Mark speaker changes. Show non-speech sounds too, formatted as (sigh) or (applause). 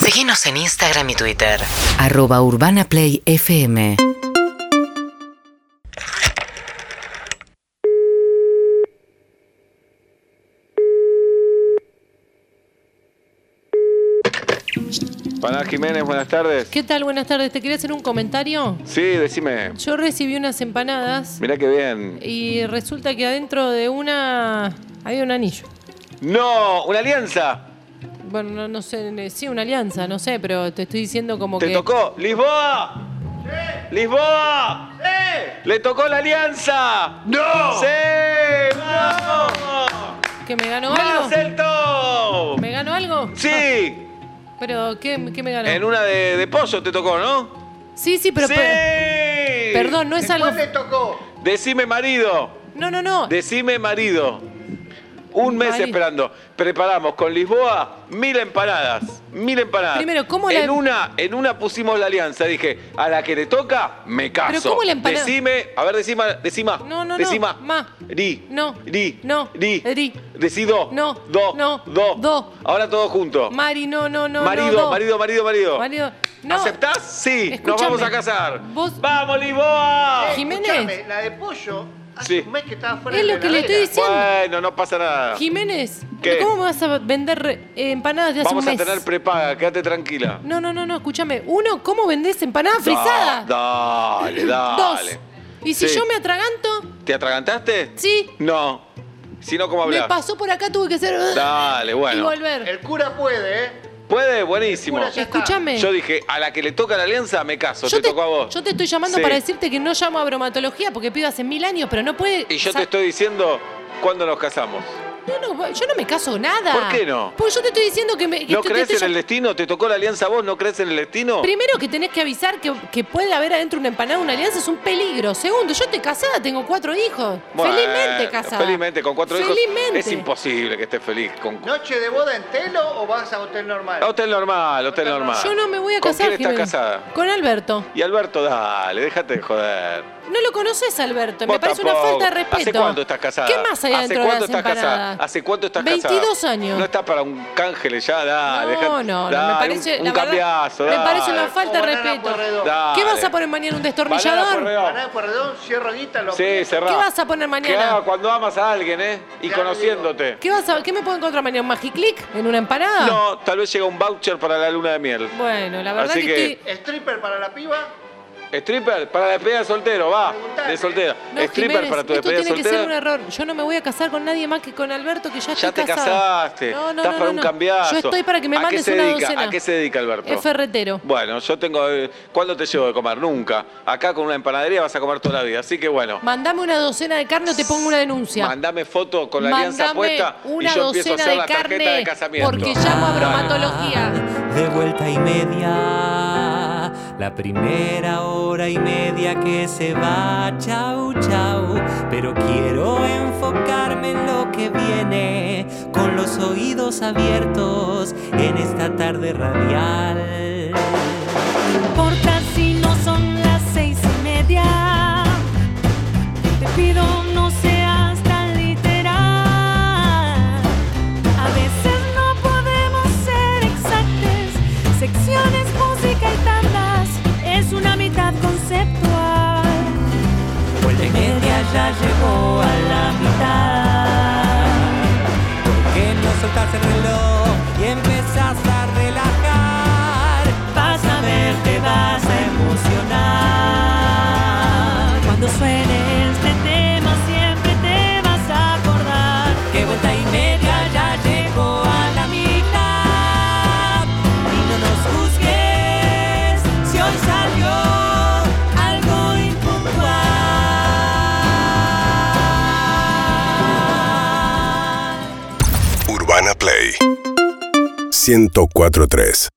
Speaker 1: Seguinos en Instagram y Twitter.
Speaker 2: arroba urbanaplayfm
Speaker 3: Panal Jiménez, buenas tardes.
Speaker 4: ¿Qué tal? Buenas tardes. ¿Te quería hacer un comentario?
Speaker 3: Sí, decime.
Speaker 4: Yo recibí unas empanadas
Speaker 3: Mirá que bien.
Speaker 4: y resulta que adentro de una había un anillo.
Speaker 3: ¡No! ¡Una alianza!
Speaker 4: Bueno, no, no sé, eh, sí, una alianza, no sé, pero te estoy diciendo como
Speaker 3: ¡Te
Speaker 4: que...
Speaker 3: tocó! ¡Lisboa! ¡Lisboa! ¡Le tocó la alianza! ¡No! ¡Sí! ¡Vamos!
Speaker 4: ¿Que me ganó algo?
Speaker 3: ¡Más el top!
Speaker 4: ¿Me ganó algo?
Speaker 3: ¡Sí!
Speaker 4: Ah, ¿Pero qué, qué me ganó?
Speaker 3: En una de, de pollo te tocó, ¿no?
Speaker 4: Sí, sí, pero...
Speaker 3: ¡Sí!
Speaker 4: per- Perdón, no es algo...
Speaker 3: Decime marido.
Speaker 4: No, no, no.
Speaker 3: Decime marido. Un mes
Speaker 4: Mari-
Speaker 3: esperando. Preparamos con Lisboa mil empanadas. Mil empanadas.
Speaker 4: Primero, ¿cómo la-
Speaker 3: en una, en una pusimos la alianza. Dije, a la que le toca, me caso.
Speaker 4: Pero ¿cómo la empanada?
Speaker 3: Decime, a ver, decima, decima.
Speaker 4: No, no, no.
Speaker 3: decima.
Speaker 4: Ma.
Speaker 3: Ri.
Speaker 4: No.
Speaker 3: Ri.
Speaker 4: No.
Speaker 3: Ri.
Speaker 4: Ri.
Speaker 3: Decí do.
Speaker 4: No.
Speaker 3: Do.
Speaker 4: No.
Speaker 3: Do.
Speaker 4: Do.
Speaker 3: Ahora todo junto.
Speaker 4: Mari, no, no, no. no,
Speaker 3: marido,
Speaker 4: no.
Speaker 3: marido, marido, marido.
Speaker 4: Marido, no.
Speaker 3: ¿Aceptás? Sí. Nos
Speaker 4: Escúchame.
Speaker 3: vamos a casar.
Speaker 4: Vos-
Speaker 3: ¡Vamos, Lisboa!
Speaker 4: Sí. Jiménez.
Speaker 5: Escuchame, la de pollo hace
Speaker 3: Sí.
Speaker 5: un mes que estaba fuera
Speaker 4: Es
Speaker 5: de
Speaker 4: lo
Speaker 5: la
Speaker 4: que le estoy
Speaker 5: heladera.
Speaker 4: diciendo.
Speaker 3: Bueno, no pasa nada.
Speaker 4: Jiménez,
Speaker 3: ¿Qué?
Speaker 4: ¿cómo me vas a vender eh, empanadas de hace
Speaker 3: Vamos
Speaker 4: un
Speaker 3: a
Speaker 4: mes?
Speaker 3: tener prepaga, quédate tranquila.
Speaker 4: No, no, no, no, escúchame. Uno, ¿cómo vendés empanadas frisadas?
Speaker 3: Da- dale, dale.
Speaker 4: Dos. Y si
Speaker 3: Sí.
Speaker 4: yo me atraganto,
Speaker 3: ¿Te atragantaste?
Speaker 4: sí,
Speaker 3: No. Si no, ¿cómo
Speaker 4: me
Speaker 3: hablar?
Speaker 4: pasó por acá, tuve que hacer
Speaker 3: Dale,
Speaker 4: y
Speaker 3: bueno.
Speaker 4: volver.
Speaker 5: El cura puede, ¿eh?
Speaker 3: Puede, buenísimo.
Speaker 5: Bueno, ya está.
Speaker 4: Escúchame.
Speaker 3: Yo dije, a la que le toca la alianza, me caso,
Speaker 4: Yo
Speaker 3: te, tocó a vos.
Speaker 4: yo te estoy llamando
Speaker 3: Sí.
Speaker 4: para decirte que no llamo a bromatología porque pido hace mil años, pero no puede.
Speaker 3: Y yo
Speaker 4: o sea,
Speaker 3: te estoy diciendo cuándo nos casamos.
Speaker 4: No, no, yo no me caso nada.
Speaker 3: ¿Por qué no?
Speaker 4: Porque yo te estoy diciendo que me. que
Speaker 3: ¿No
Speaker 4: te- te
Speaker 3: crees
Speaker 4: estoy
Speaker 3: en el
Speaker 4: llam-
Speaker 3: destino? ¿Te tocó la alianza a vos? ¿No crees en el destino?
Speaker 4: Primero que tenés que avisar que, que puede haber adentro una empanada, una alianza, es un peligro. Segundo, yo estoy casada, tengo cuatro hijos.
Speaker 3: Bueno,
Speaker 4: felizmente casada.
Speaker 3: Felizmente, con cuatro hijos.
Speaker 4: Felizmente.
Speaker 3: Es imposible que estés feliz con
Speaker 5: ¿Noche de boda en telo o vas a hotel normal?
Speaker 3: Hotel normal, hotel
Speaker 5: Hotel
Speaker 3: normal.
Speaker 4: Yo no me voy a
Speaker 3: Ah. ¿Con
Speaker 4: casar,
Speaker 3: quién estás
Speaker 4: Jimena.
Speaker 3: casada?
Speaker 4: Con Alberto.
Speaker 3: Y Alberto, dale, déjate de joder.
Speaker 4: No lo conoces, Alberto.
Speaker 3: Vos
Speaker 4: Me parece
Speaker 3: tampoco.
Speaker 4: una falta de respeto.
Speaker 3: ¿Hace cuánto estás casada?
Speaker 4: ¿Qué más hay
Speaker 3: ¿Hace
Speaker 4: adentro de
Speaker 3: cuánto
Speaker 4: las
Speaker 3: estás casada?
Speaker 4: empanadas?
Speaker 3: ¿Hace cuánto estás casada?
Speaker 4: 22 años.
Speaker 3: No estás para un cángel ya, dale.
Speaker 4: No,
Speaker 3: deja-
Speaker 4: no, no, me
Speaker 3: dale,
Speaker 4: parece-
Speaker 3: Un,
Speaker 4: la
Speaker 3: un
Speaker 4: verdad,
Speaker 3: cambiazo,
Speaker 4: me
Speaker 3: dale.
Speaker 4: parece una
Speaker 5: O
Speaker 4: falta de
Speaker 5: banana
Speaker 4: respeto.
Speaker 5: porredón.
Speaker 3: Da-
Speaker 4: ¿Qué
Speaker 3: Dale.
Speaker 4: vas a poner mañana un
Speaker 3: Banana
Speaker 4: destornillador?
Speaker 3: porredón.
Speaker 5: Banana porredón, cierro guita, lo
Speaker 3: Sí, cerrá.
Speaker 4: ¿Qué vas a poner mañana?
Speaker 3: ¿Qué haga cuando amas a alguien, eh? Y
Speaker 5: Ya
Speaker 3: conociéndote.
Speaker 4: ¿Qué, vas a, ¿Qué me puedo encontrar mañana? ¿Un magiclick? ¿En una empanada?
Speaker 3: No, tal vez llega un voucher para la luna de miel.
Speaker 4: Bueno, la verdad
Speaker 3: Así
Speaker 4: que,
Speaker 3: que-
Speaker 4: estoy.
Speaker 5: Stripper para la piba.
Speaker 3: Stripper, para la despedida de soltero, va.
Speaker 5: Preguntale.
Speaker 3: De soltera.
Speaker 4: No,
Speaker 3: Stripper
Speaker 4: Jiménez,
Speaker 3: para tu
Speaker 4: esto
Speaker 3: despedida
Speaker 4: tiene
Speaker 3: de
Speaker 4: que ser
Speaker 3: soltera.
Speaker 4: un error. Yo no me voy a casar con nadie más que con Alberto, que (laughs) ya,
Speaker 3: Ya
Speaker 4: estoy
Speaker 3: te
Speaker 4: casada.
Speaker 3: casaste,
Speaker 4: No, no,
Speaker 3: estás
Speaker 4: no,
Speaker 3: para
Speaker 4: no,
Speaker 3: un
Speaker 4: no.
Speaker 3: cambiazo.
Speaker 4: Yo estoy para que me
Speaker 3: ¿A qué
Speaker 4: mandes
Speaker 3: se
Speaker 4: una
Speaker 3: dedica?
Speaker 4: docena.
Speaker 3: ¿A qué se dedica Alberto?
Speaker 4: Es ferretero.
Speaker 3: Bueno, yo tengo. eh, ¿Cuándo te llevo de comer? Nunca. Acá con una empanadería vas a comer toda la vida. Así que bueno.
Speaker 4: Mandame una docena de carne o te pongo una denuncia.
Speaker 3: Mandame foto con la alianza
Speaker 4: Mandame
Speaker 3: puesta y
Speaker 4: una
Speaker 3: yo empiezo a
Speaker 4: docena
Speaker 3: hacer
Speaker 4: de
Speaker 3: la tarjeta
Speaker 4: carne
Speaker 3: de casamiento.
Speaker 4: porque llamo a
Speaker 3: Dale.
Speaker 4: bromatología.
Speaker 6: De vuelta y media, la primera hora y media que se va, chau chau. Pero quiero enfocarme en lo que viene, con los oídos abiertos en esta tarde radial.
Speaker 7: importa si no son las seis y media. Te pido no seas tan literal. A veces no podemos ser exactes. Secciones, música y tandas es una mitad conceptual.
Speaker 6: Vuelta y media ya llegó a la mitad. ¿Por qué no soltás el reloj y empezás a relajar? Vas a ver, te vas a emocionar.
Speaker 7: Cuando suene este tema siempre te vas a acordar.
Speaker 6: Que vuelta y media ya llegó a la mitad. Y no nos juzgues si hoy salió algo impuntual.
Speaker 8: Urbana Play 1043